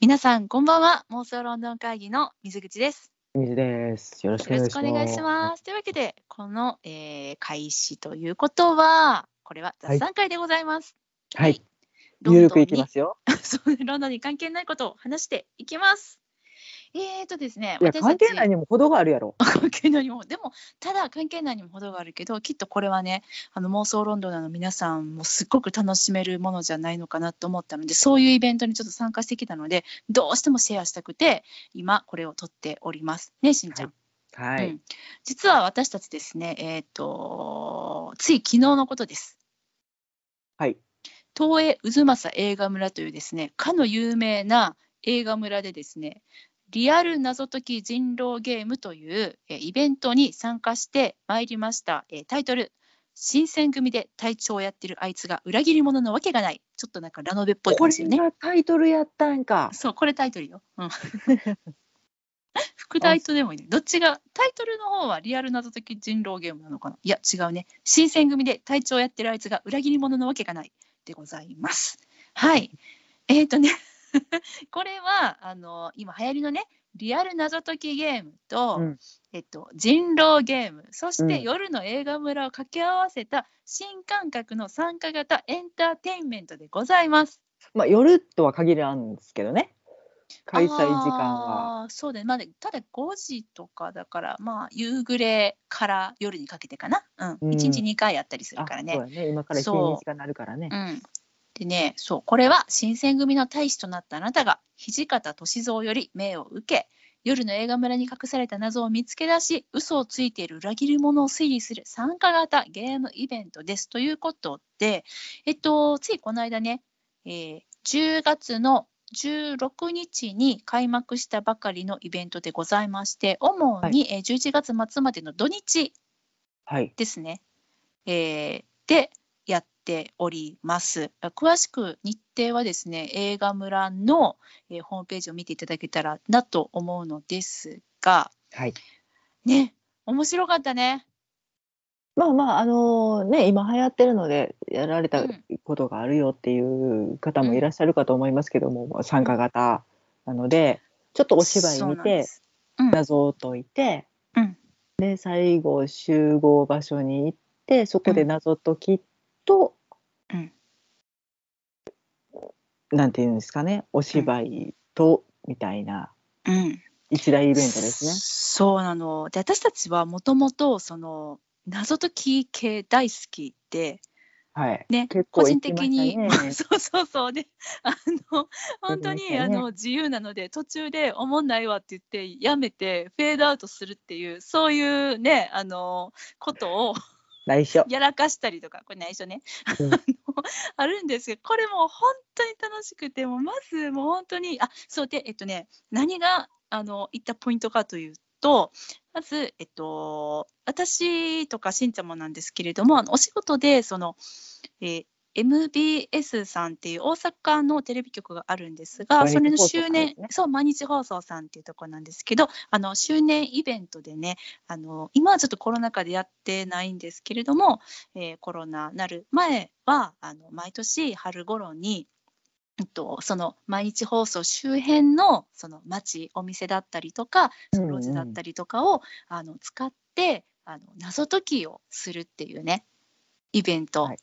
皆さんこんばんは妄想ロンドン会議の水口です水です。よろしくよろしくお願いしますというわけでこの、えー開始ということはこれは雑談会でございます、す。はい、ロンドンゆにるくいきますよ。そうロンドンに 関係ないことを話していきますえーとですねいや、私たち関係ないにも程があるやろ。関係ないにもでもただ関係ないにも程があるけどきっとこれはねあの妄想ロンドンの皆さんもすっごく楽しめるものじゃないのかなと思ったのでそういうイベントにちょっと参加してきたのでどうしてもシェアしたくて今これを撮っておりますねしんちゃん、はういん。実は私たちですねえっ、とつい昨日のことですはい。東映渦政映画村というですねかの有名な映画村でですねリアル謎解き人狼ゲームというえーイベントに参加してまいりましたえータイトル新選組で隊長をやってるあいつが裏切り者なわけがないちょっとなんかラノベっぽいこ感れじよねがタイトルやったんか。そうこれタイトルよ、 うん、副題とでもいいねどっちがタイトルの方はリアル謎解き人狼ゲームなのかないや違うね新選組で隊長をやってるあいつが裏切り者なわけがないでございますはい えー、とねこれはあの今流行りのねリアル謎解きゲームと、うんえっと、人狼ゲームそしうてん夜の映画村を掛け合わせた新感覚の参加型エンターテインメントでございます。まあ、夜とは限りあるんですけどね。開催時間は。あーそうだね、まあ、でただ5時とかだからまあ夕暮れから夜にかけてかな、うんうん1日2回あったりするからあそねうだね。今から一そう日がなるからねう。んでねそうこれは新選組の大使となったあなたが土方歳三より命を受け夜の映画村に隠された謎を見つけ出し嘘をついている裏切り者を推理する参加型ゲームイベントですということでえっとついこの間ね、えー10月の16日に開幕したばかりのイベントでございまして主はにえー11月末までの土日はい。ですね、えーでやっております。詳しく日程はですね、映画村の、えーホームページを見ていただけたらなと思うのですが、はい。ね、面白かったね。まあまあ、あのね、今流行ってるので、やられうたんことがあるよっていう方もいらっしゃるかと思いますけども、参加型なので、ちょっとお芝居そう見なんでて、す。うん謎を解いて、うんで最後集合場所に行ってそこで謎解きと、うんなんていうんですかねお芝居と、みたいなうん、イ一大イベントですそうなの。で、私たちはもともとその謎解き系大好きで、ね。はい、ね結構個行人きま的し に、たね そうそうそうで、あの本当行に、きましたあねの自由なので途中でおもんないわって言ってやめてフェードアウトするっていうそういうねあのことを内緒。やらかしたりとかこれ内緒ね、うんあのあるんですけどこれもう本当に楽しくてもうまずもう本当にあそうでえっとね何があの言ったポイントかというとまず、えっと、私とかしんちゃんもなんですけれどもあのお仕事でその、えー MBS さんっていう大阪のテレビ局があるんですが、毎日それの放送さ周年、んですねそう、毎日放送さんっていうところなんですけど、あの、周年イベントでね、あの、今はちょっとコロナ禍でやってないんですけれども、えーコロナなる前は、あの、毎年春頃に、えっと、その毎日放送周辺のその街お店だったりとかその路地だったりとかを、あの使ってあの謎解きをするっていうねイベントはい。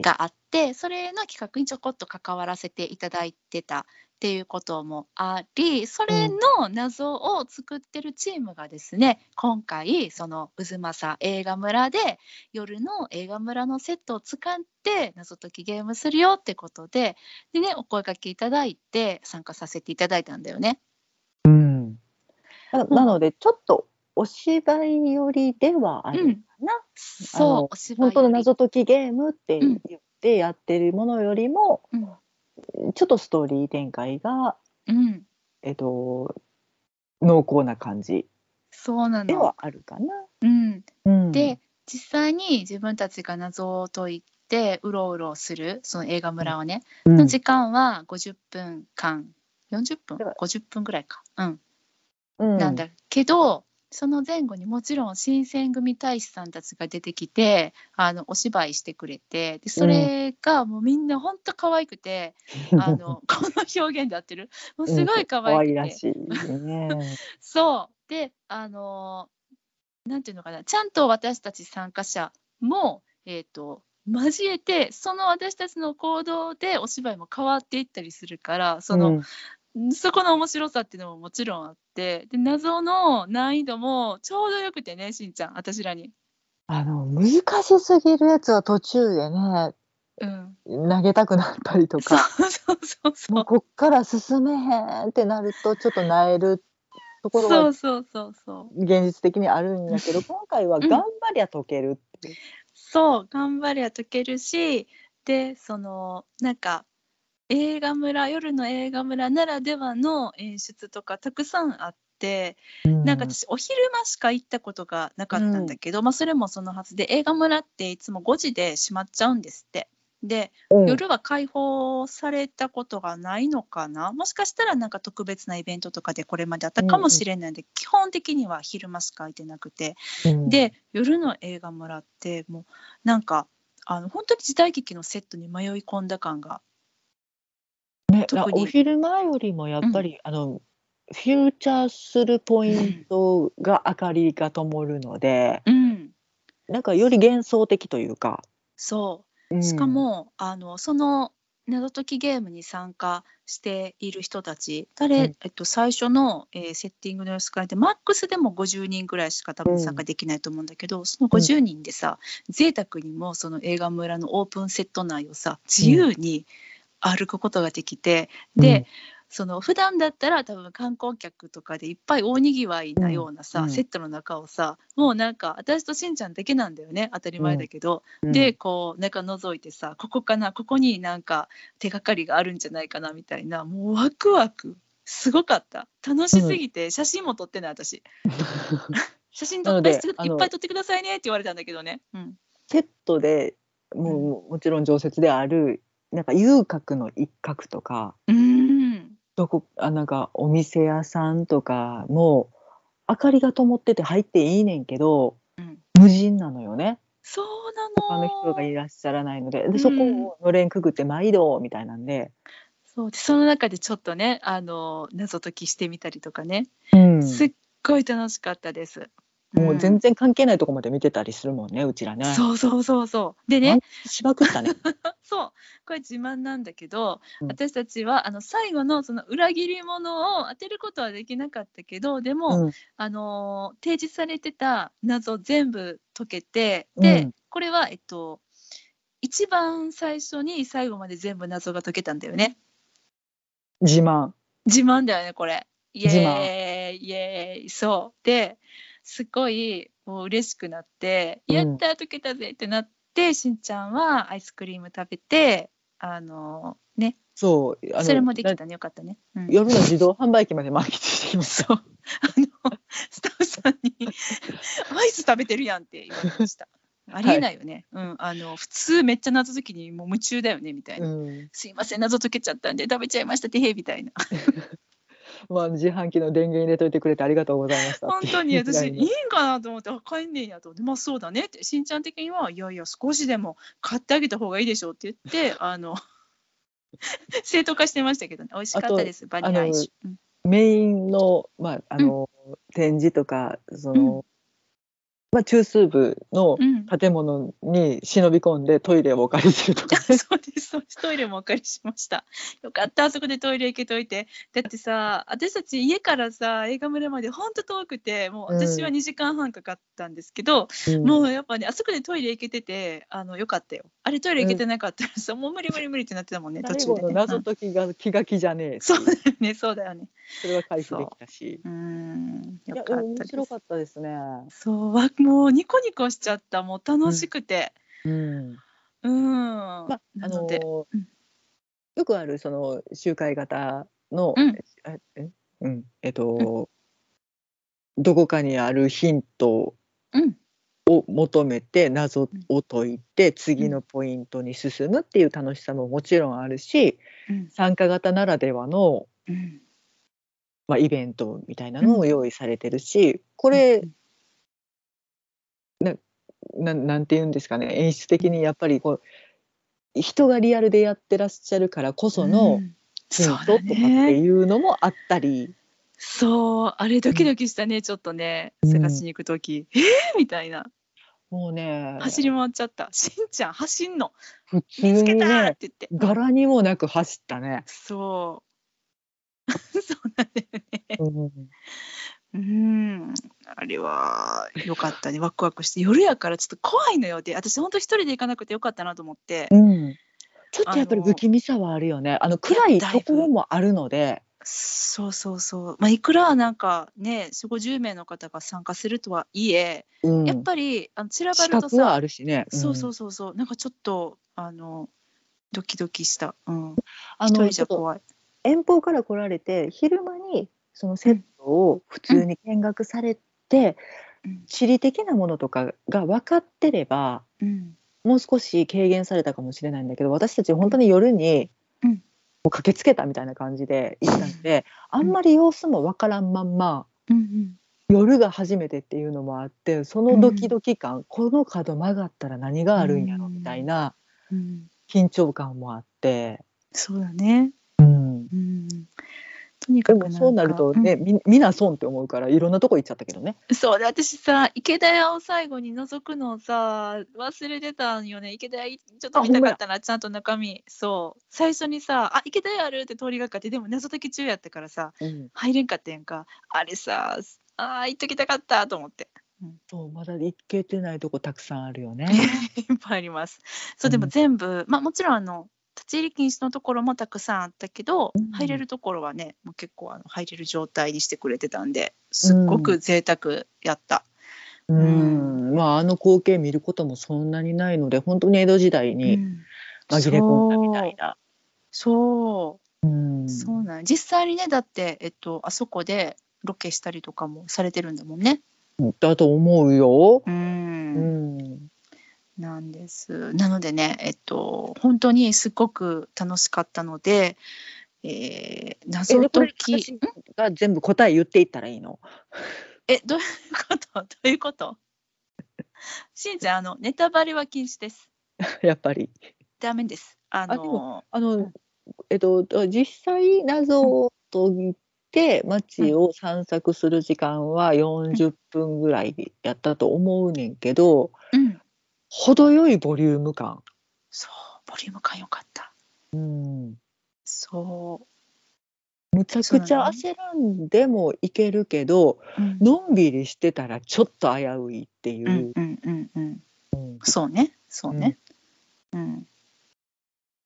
があってそれの企画にちょこっと関わらせていただいてたっていうこともありそれの謎を作ってるチームがですね、今回その渦政映画村で夜の映画村のセットを使って謎解きゲームするよってことででねお声掛けいただいて参加させていただいたんだよね。うん。ななのでちょっとお芝居寄りではあうる。ん、あそうのお芝居よ本り当の謎解きゲームってう言んってやってるものよりも、うんちょっとストーリー展開が、うんえっと、濃厚な感じそうなでの、はあるかな。うん、うんで、実際に自分たちが謎を解いてうろうろするその映画村をね、うんの時間は50分間40分だから50分ぐらいか、うんうんなんだけどその前後にもちろん新選組大使さんたちが出てきてあのお芝居してくれてでそれがもうみんな本当可愛くて、あのこの表現で合ってるもうすごい可愛くて、らしいね。そうであのなんていうのかなちゃんと私たち参加者も、えー、と交えてその私たちの行動でお芝居も変わっていったりするからその、そこの面白さっていうのももちろんあってで謎の難易度もちょうどよくてねしんちゃん私らに。あの難しすぎるやつは途中でねうん、投げたくなったりとそうかそうそうそもううこっから進めへんってなるとちょっとなえるとこそろがうそうそうそう現実的にあるんやけど今回はうん頑張りゃ解けるっていう。そう頑張りゃ解けるしでそのなんか映画村夜の映画村ならではの演出とかたくさんあってなんか私お昼間しか行ったことがなかったんだけど、まあ、それもそのはずで映画村っていつも5時で閉まっちゃうんですって。でうん夜は開放されたことがないのかなもしかしたらなんか特別なイベントとかでこれまであったかもしれないんで、基本的には昼間しか空いてなくてうんで夜の映画村ってもうなんかあの本当に時代劇のセットに迷い込んだ感がね、特にお昼前よりもやっぱり、あのフューチャーするポイントが明かりが灯るので、うんなんかより幻想的というか、そううんしかも、あのその謎解きゲームに参加している人たち誰、うんえっと、最初の、えーセッティングの様子からでマックスでも50人ぐらいしか多うん分参加できないと思うんだけど、その50人でさ、贅沢にもその映画村のオープンセット内をさ自由に歩くことができて、で、その普段だったら多分観光客とかでいっぱい大にぎわいなようなさ、うんセットの中をさもうなんか私としんちゃんだけなんだよね当たり前だけど、うんで、こう中覗いてさここかなここになんか手がかりがあるんじゃないかなみたいなもうワクワクすごかった楽しすぎて写真も撮ってない私 写真撮ってなのいであっのぱい撮ってくださいねって言われたんだけどね、うん、セットでもうもちろん常設であるなんか遊郭の一角とかうーんどこあなんかお店屋さんとかも明かりが灯ってて入っていいねんけど、うん無人なのよねそうな他のの人がいらっしゃらないのでんでそこをのれんくぐって毎度みたいなんで、そうでその中でちょっとねあの謎解きしてみたりとかねうんすっごい楽しかったです。もう全ん然関係ないとこまで見てたりするもんねうちらね。そうそうそうそう。でねね、しばくっ たね。そう、これ自慢なんだけど、うん私たちはあの最後のその裏切り者を当てることはできなかったけど、でも、うんあのー提示されてた謎全部解けて、で、うんこれはえっと一番最初に最後まで全部謎が解けたんだよね。自慢。自慢だよねこれイエ自ーイイエーイそうですごいもう嬉しくなって「うんやったー解けたぜ!」ってなって、しんちゃんはアイスクリーム食べてあのねそう。あのそれもできなたねよかったね、うん、夜の自動販売機まで満喫してきまし そうあのスタッフさんに「アイス食べてるやん」って言われましたありえないよね、うんあの普通めっちゃ謎解きにもう夢中だよねみたいた。な、うん。すいません謎解けちゃったんで食べちゃいましたてへみたいなまあ自販機の電源入れといてくれてありがとうございましたっ本ていう。当に私いいいんかなと思ってあ帰んねんやと思ってまあそうだねってしんちゃん的にはいやいや少しでも買ってあげた方がいいでしょうって言 ってあの 正当化してましたけどね美味しかったですバニラアイスうんメインのまああの、展示とかその、まあ中枢部のうん、建物に忍び込んでトイレをお借りすると か。そうですそうですトイレもお借りしましたよかったあそこでトイレ行けといてだってさ私たち家からさ映画村までほんと遠くてもう私はうん2時間半かかったんですけど、もうやっぱねあそこでトイレ行けててあのよかったよあれトイレ行けてなかったらさ、もう無理無理無理ってなってたもんね途最中後で、のね、謎うん解きが気が気じゃねえ。そうだよね、そうだよね。それは回避できたし。うーん、いやよかっ面たで白すか。ったですね。そう、わもうニコニコしちゃった、もう楽しくて。うん。うーん。まあ、あなのので、ーうんよくあるその集会型の、うんええうんえっと、どこかにあるヒントうん、を求めて謎を解いて次のポイントに進むっていう楽しさももちろんあるしうん、参加型ならではのうん、まあ、イベントみたいなのを用意されてるし、これ、ななんて言うんですかね演出的にやっぱりこう人がリアルでやってらっしゃるからこそのうんヒンそうトとだかっていね。うのもあったり、そう、あれドキドキしたね、ちょっとね、うん探しに行くとき、えーみたいな、もうね走り回っちゃった。しんちゃん、走んの、普通見つにけたっねて言って。柄にもなく走ったね。そう。そうなんだよね。ううんん。あれは良かったね。ワクワクして。夜やからちょっと怖いのよ。で、私本当一人で行かなくてよかったなと思って。うんちょっとやっぱりあの不気味さはあるよね。あの暗いだいぶところもあるので、そうそうそう。まあ、いくらなんかね、4、50名の方が参加するとはいえ、うん、やっぱりあの散らば資ると格はさ、あるしね。うんそうそうそうそう、なんかちょっと、あの、ドキドキした。うん。あ一の人ちじゃょっと怖い。遠方から来られて昼間にそのセットを普通に見学されて、うん地理的なものとかが分かってればうん。もう少し軽減されたかもしれないんだけど私たち本当に夜にうんもう駆けつけたみたいな感じで行ったので、んあんまり様子も分からんまんまうんうん。夜が初めてっていうのもあってそのドキドキ感、この角曲がったら何があるんやろみたいなうん。緊張感もあって。そうだね。うんうん。とにでかくもそうなるとんかね、みみんな損って思うからいろんなとこ行っちゃったけどね。そうで私さ池田屋を最後に覗くのをさ忘れてたんよね池田屋いちょっと見たかったなちゃんと中身そう最初にさ「あ池田屋ある」って通りがかってでも謎解き中やったからさうん、入れんかったやんかあれさあー行っときたかったと思ってそうまだ行けてないとこたくさんあるよね。 いっぱいありますそうでもうん全部、まあもちろんあの立ち入り禁止のところもたくさんあったけど、うん入れるところはねもう結構あの入れる状態にしてくれてたんですっごく贅沢やった、うんん、まああの光景見ることもそんなにないので本当に江戸時代うにん紛れ込んだみたいな。そううん、そうなん実際にねだって、えっと、あそこでロケしたりとかもされてるんだもんね。だと思うよ。う、うんん、なんですなのでね、えっと、本当にすごく楽しかったので、えー、え謎でこれ解私きが全部答え言っていったらいいの。 えどういうこと どういうことしんちゃんあのネタバレは禁止です。やっぱりダメです。ああでのあうのんえっと実際謎を解いて街を散策する時間は40分ぐらいやったと思うねんけど、うん程よいボリューム感。そうボリューム感良かった。うんそむちゃくちゃ焦らんでもいけるけど、う。うんのんびりしてたらちょっと危ういっていううんうんうんうん。そうねそうね。うん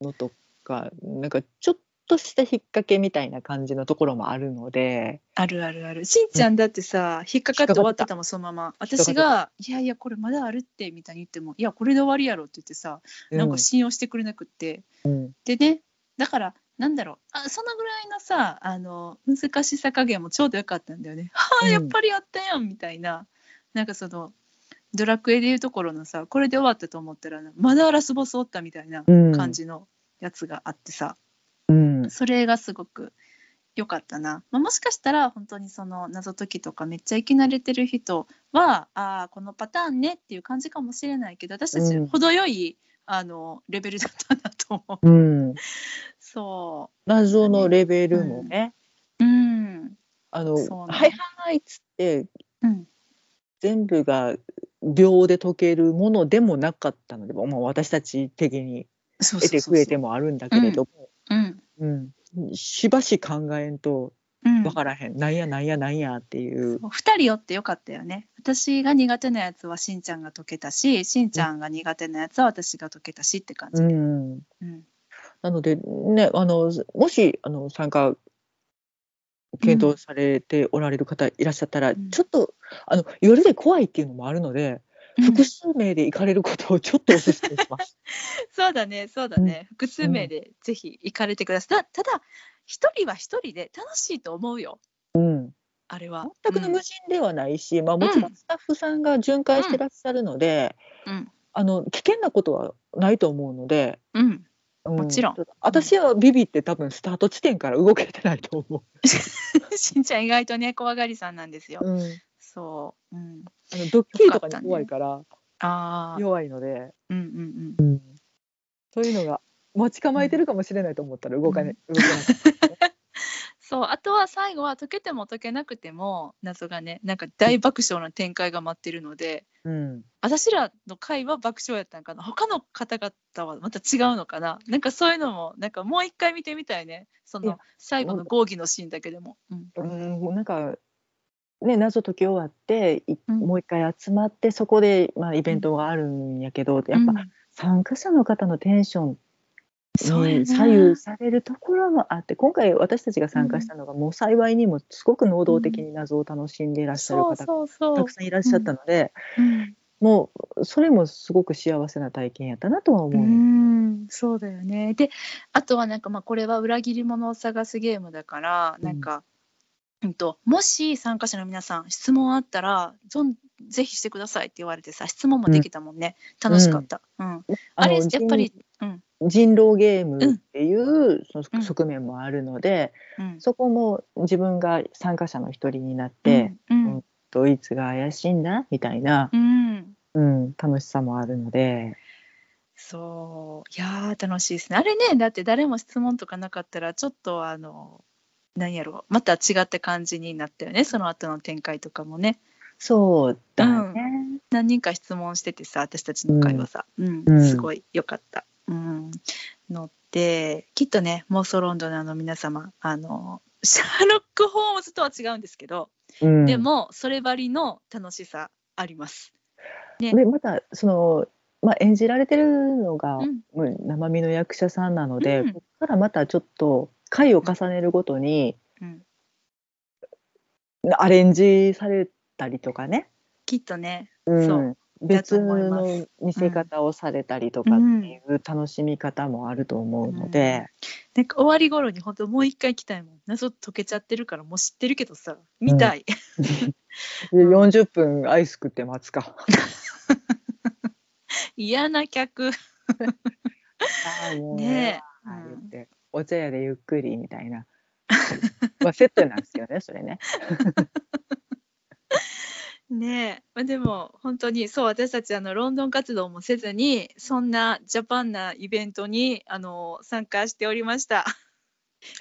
のとか、なんかちょっとした引っ掛けみたいな感じのところもあるので、あるあるある。しんちゃんだってさ、引っかかって終わってたもん、そのまま。っかかって私が、いやいや、これまだあるって、みたいに言っても、いや、これで終わりやろって言ってさ、なんか信用してくれなくって。うんでね、だから、なんだろう、あそのぐらいのさ、あの、難しさ加減もちょうどよかったんだよね。はあ、うんやっぱりやったやん、みたいな。なんかその、ドラクエでいうところのさ、これで終わったと思ったら、まだラスボスおったみたいなうん感じのやつがあってさ。うんそれがすごく良かったな、まあ、もしかしたら本当にその謎解きとかめっちゃ生き慣れてる人はああこのパターンねっていう感じかもしれないけど私たちうん程よい、あのレベルだったなと思う。 うん、そ謎のレベルもね、ううんあのそうなのはいはいっつってうん全部が秒で解けるものでもなかったので、まあ、私たち的にそうそ得うてそう増えてそうもあるんだけれども、うんうんしばし考えんとうん分からへん、なんやなんやなんやっていう。そう二人おってよかったよね私が苦手なやつはしんちゃんが解けたししんちゃんが苦手なやつは私が解けたしって感じ、うんうんなので、ね、あのもしあの参加検討されておられる方いらっしゃったら、んちょっとあの夜で怖いっていうのもあるので、複数名で行かれることをちょっとお勧めします。 そうだね、そうだね。複数名でぜひ行かれてください。たただ、一人は一人で楽しいと思うよ、うん、あれは。全くの無視。人ではないし、まあ、もちろんスタッフさんが巡回してらっしゃるので、うん、あの危険なことはないと思うのでうん、もちろん私はビビって多分スタート地点から動けてないと思 しんちゃん意外とね怖がりさんなんですよう、。うんそう、うん、あのドッキリとかに怖いからああ、弱いので、うんうんうそういうのが待ち構えてるかもしれないと思ったら動かね、動かないそうあとは最後は解けても解けなくても謎がねなんか大爆笑の展開が待ってるのでうん、私らの回は爆笑やったんかな他の方々はまた違うのかななんかそういうのもなんかもう一回見てみたいねそいのや最後の合議のシーンだけでも。うんうん、なんかね謎解き終わって、いうんもう一回集まってそこで、まあ、イベントがあるんやけど、やっうぱん参加者の方のテンションそうやなに左右されるところもあって、今回私たちが参加したのが、もう幸いにもすごく能動的に謎を楽しんでいらっしゃそるう方がそうそうたくさんいらっしゃったので、うんもうそれもすごく幸せな体験やったなとは思う、うん、そうだよね。で、あとはなんかまあこれは裏切り者を探すゲームだから、うんなんか、うんと、もし参加者の皆さん質問あったら、ぞんぜひしてくださいって言われてさ、質問もできたもんね。ん楽しかった。うん。あれのやっぱり人、うん、人狼ゲームっていう、そうんの側面もあるので、うん。そこも自分が参加者の一人になっうて、ん、うん、ドイツが怪しいんだみたいな、うん。うん、楽しさもあるので、そう、いやー楽しいですね。あれね、だって誰も質問とかなかったら、ちょっとあの、なんやろう、また違った感じになったよね、その後の展開とかもね。そうだね。何人か質問しててさ私たちの会話さ、うんうんすごい良かった、うん、のできっとね妄想ロンドナーの皆様あのシャーロック・ホームズとは違うんですけど、うんでもそればりの楽しさあります。でまたその、まあ、演じられてるのが、うんもう生身の役者さんなので、うんここからまたちょっと回を重ねるごとにうん、アレンジされたりとかね、きっとねんそうだと別思いますの見せ方をされたりとかっていう楽しみ方もあると思うので、なんか終わり頃に本当もう一回来たいもん謎解けちゃってるからもう知ってるけどさ見たい、 うんで40分アイス食って待つか。嫌な客ああもうねえはいうん言ってお茶屋でゆっくりみたいなまあセットなんですけどねそ れねねえ、まあ、でも本当にそう私たちあのロンドン活動もせずにそんなジャパンなイベントにあの参加しておりました、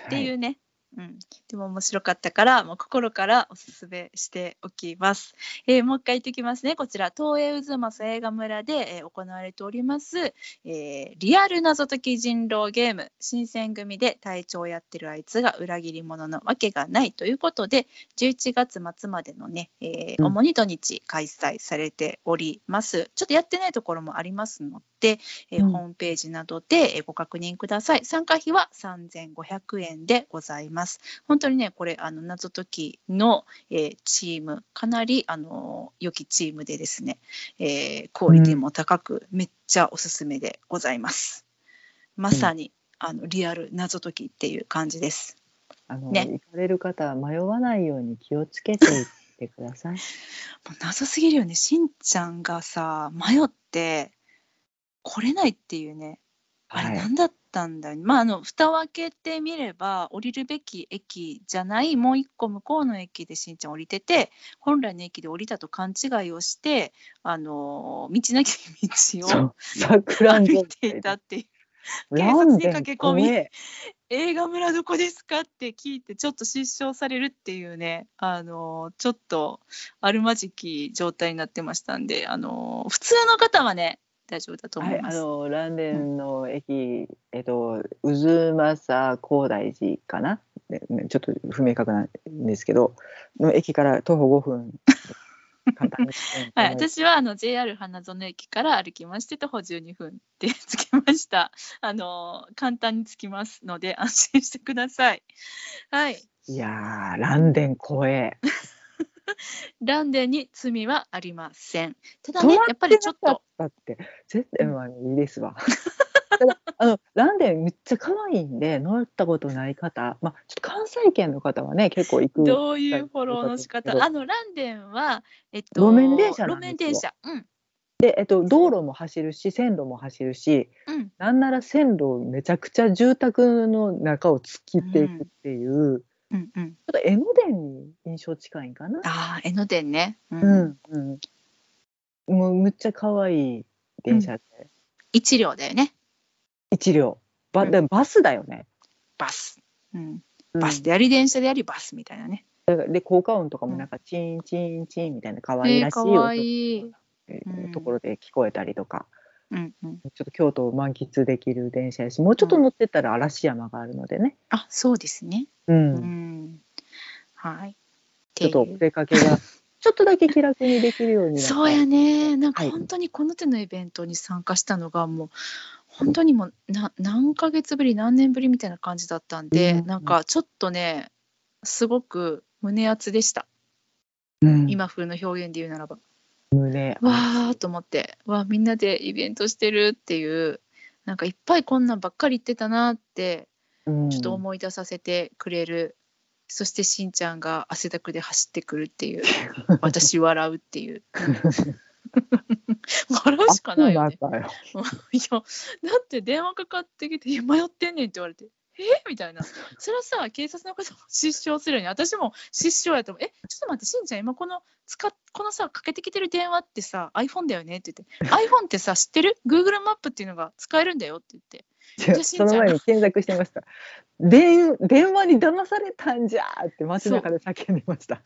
っていうね、うん、でも面白かったからもう心からおすすめしておきます、えーもう一回言ってきますねこちら東映渦巻映画村で、えー行われております、えーリアル謎解き人狼ゲーム新選組で隊長をやってるあいつが裏切り者のわけがないということで11月末までのね、えーうん主に土日開催されております。ちょっとやってないところもありますので、えーうんホームページなどでえーご確認ください。参加費は3500円でございます。本当にね、これ、あの謎解きの、えーチーム、かなり、あのー良きチームでですね、えークオリティも高く、めっちゃおすすめでございます。まさに、あのリアル謎解きっていう感じです。あの、ね行かれる方は迷わないように気をつけていってくださいもう謎すぎるよねしんちゃんがさ迷って来れないっていうねあはれい何だったんだよね、まああの蓋を開けてみれば降りるべき駅じゃないもう一個向こうの駅でしんちゃん降りてて本来の駅で降りたと勘違いをしてあの道なきそ道をう桜ん歩ぼいていたっていう警察に駆け込みみ映画村どこですかって聞いてちょっと失笑されるっていうねあのちょっとあるまじき状態になってましたんであの普通の方はね大丈夫だとは思いいまあす。のランデンの駅、えっと渦政高大寺かなねねちょっと不明確なんですけどの駅から徒歩5分簡単に はい、私はあの JR 花園駅から歩きまして徒歩12分で着きました あの簡単に着きますので安心してくださいはいいやーランデン怖えランデンに罪はありませんただ止ねまやっぱりちょっなかとったって絶対うんまあいいですわ。 ただあのランデンめっちゃ可愛いんで乗ったことない方、まあちょっと関西圏の方はね結構行く。どういうフォローの仕だけ方どあのランデンは、えっと、路面電車な路んですよ面電車、うん、で、えっと、道路も走るし線路も走るしうんなんなら線路をめちゃくちゃ住宅の中を突きっていくっていう、ちうんうん、ょっと江ノ電に印象近いんかな。ああ江ノ電ね、うんうんうん、もうむっちゃ可愛い電車で、一両だよね一両バ,、うんでバスだよね。バス、うん、うんバスであり電車でありバスみたいなね、で効果音とかもなんかチンチンチンみたいな可愛えいらーしいか音わいい、えうんーところで聞こえたりとか、うんうん、ちょっと京都を満喫できる電車やしもうちょっと乗ってったら嵐山があるのでね、あそうですねうんうんはい。ちょっっとおていう出かけ がちょっとだけ気楽にできるようになったそうやね。なんかはい本当にこの手のイベントに参加したのがもう本当にもうな何ヶ月ぶり何年ぶりみたいな感じだったんで、うんなんかちょっとねすごく胸熱でした。うん今風の表現で言うならば。胸わーと思ってわーみんなでイベントしてるっていうなんかいっぱいこんなんばっかり言ってたなってうんちょっと思い出させてくれる、そしてしんちゃんが汗だくで走ってくるって いう私笑うっていう笑うしかないよねあそうなんだよいやだって電話かかってきて「いや迷ってんねん」って言われて「えみたいなそれはさ警察の方も失笑するよね私も失笑やと思う「えちょっと待ってしんちゃん今この使っこのさかけてきてる電話ってさ iPhone だよね」って言って「iPhone ってさ知ってる ?Google マップっていうのが使えるんだよ」って言ってじゃあその前に検索してました電電話に騙されたんじゃーって街中で叫んでました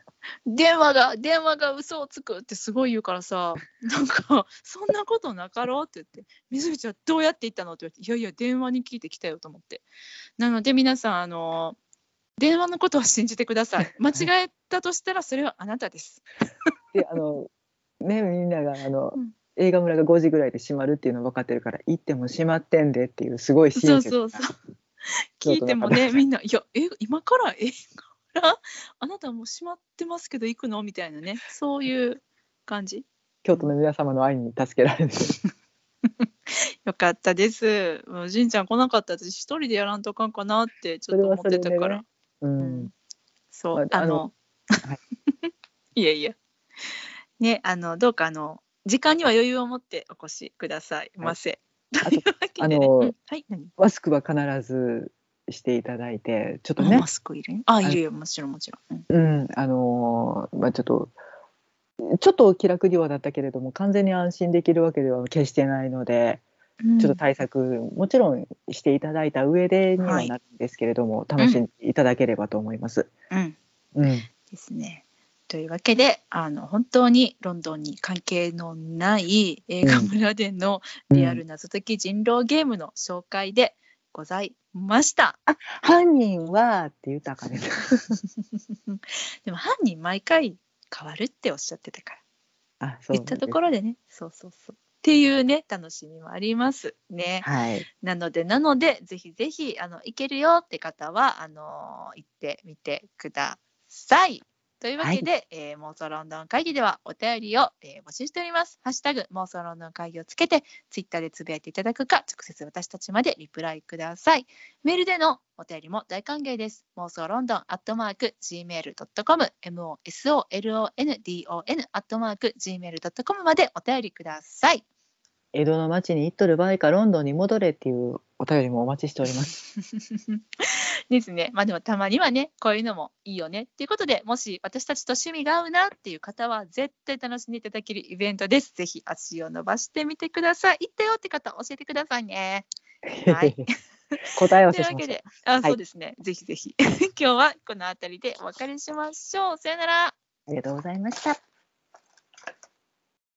電話が電話が嘘をつくってすごい言うから さなんか「そんなことなかろう」って言って「水口はどうやって言ったの?」って言われて「いやいや電話に聞いてきたよ」と思ってなので皆さんあの電話のことは信じてくだ さい間違えたとしたらそれはあなたですであのねみんながあの、うん映画村が5時ぐらいで閉まるっていうの分かってるから行っても閉まってんでっていうすごい親 切そうなそう そう京聞い都てのも方ねみんな「いやえ今からえからあなたもう閉まってますけど行くの?」みたいなねそういう感じ京都の皆様の愛に助けられてよかったです。もうじんちゃん来なかったら私一人でやらんとあかんかなってちょっと思ってたから。ううんん、そう、まあああの、の、はいや いや。ね、あの、どうかあの、時間には余裕を持ってお越しくださいませ。い というわけでねあとあのうんはい、何マスクは必ずしていただいてちょっとあねマ、スクいるあ、いるよ、もちろんもちろん。うんうん、あのーまあちょっとちょっと気楽にはなったけれども完全に安心できるわけでは決してないので、うんちょっと対策もちろんしていただいた上でにはなるんですけれども、楽しんでいただければと思います。うんうんですね。というわけであの本当にロンドンに関係のない映画村でのリアル謎解き人狼ゲームの紹介でございました。犯人はって言ったらあかね。でも犯人毎回変わるっておっしゃってたから、あ、そう言ったところでねそうそうそうっていうね楽しみもありますね。はい。なのでなのでぜひぜひあの行けるよって方はあの行ってみてください。というわけで、えー妄想ロンドン会議ではお便りを、えー募集しております。ハッシュタグ妄想ロンドン会議をつけてツイッターでつぶやいていただくか直接私たちまでリプライください。メールでのお便りも大歓迎です。妄想ロンドンアットマーク gmail.com mosolondon アットマーク gmail.com までお便りください。江戸の町に行っとる場合かロンドンに戻れっていうお便りもお待ちしております。ですね。まあでもたまにはね、こういうのもいいよね。っていうことで、もし私たちと趣味が合うなっていう方は、絶対楽しんでいただけるイベントです。ぜひ足を伸ばしてみてください。行ったよって方、教えてくださいね。 はい答え合わといせうわしまけした。で、あいそうですね。ぜ ひぜひ。今日はこの辺りでお別れしましょう。さよなら。ありがとうございました。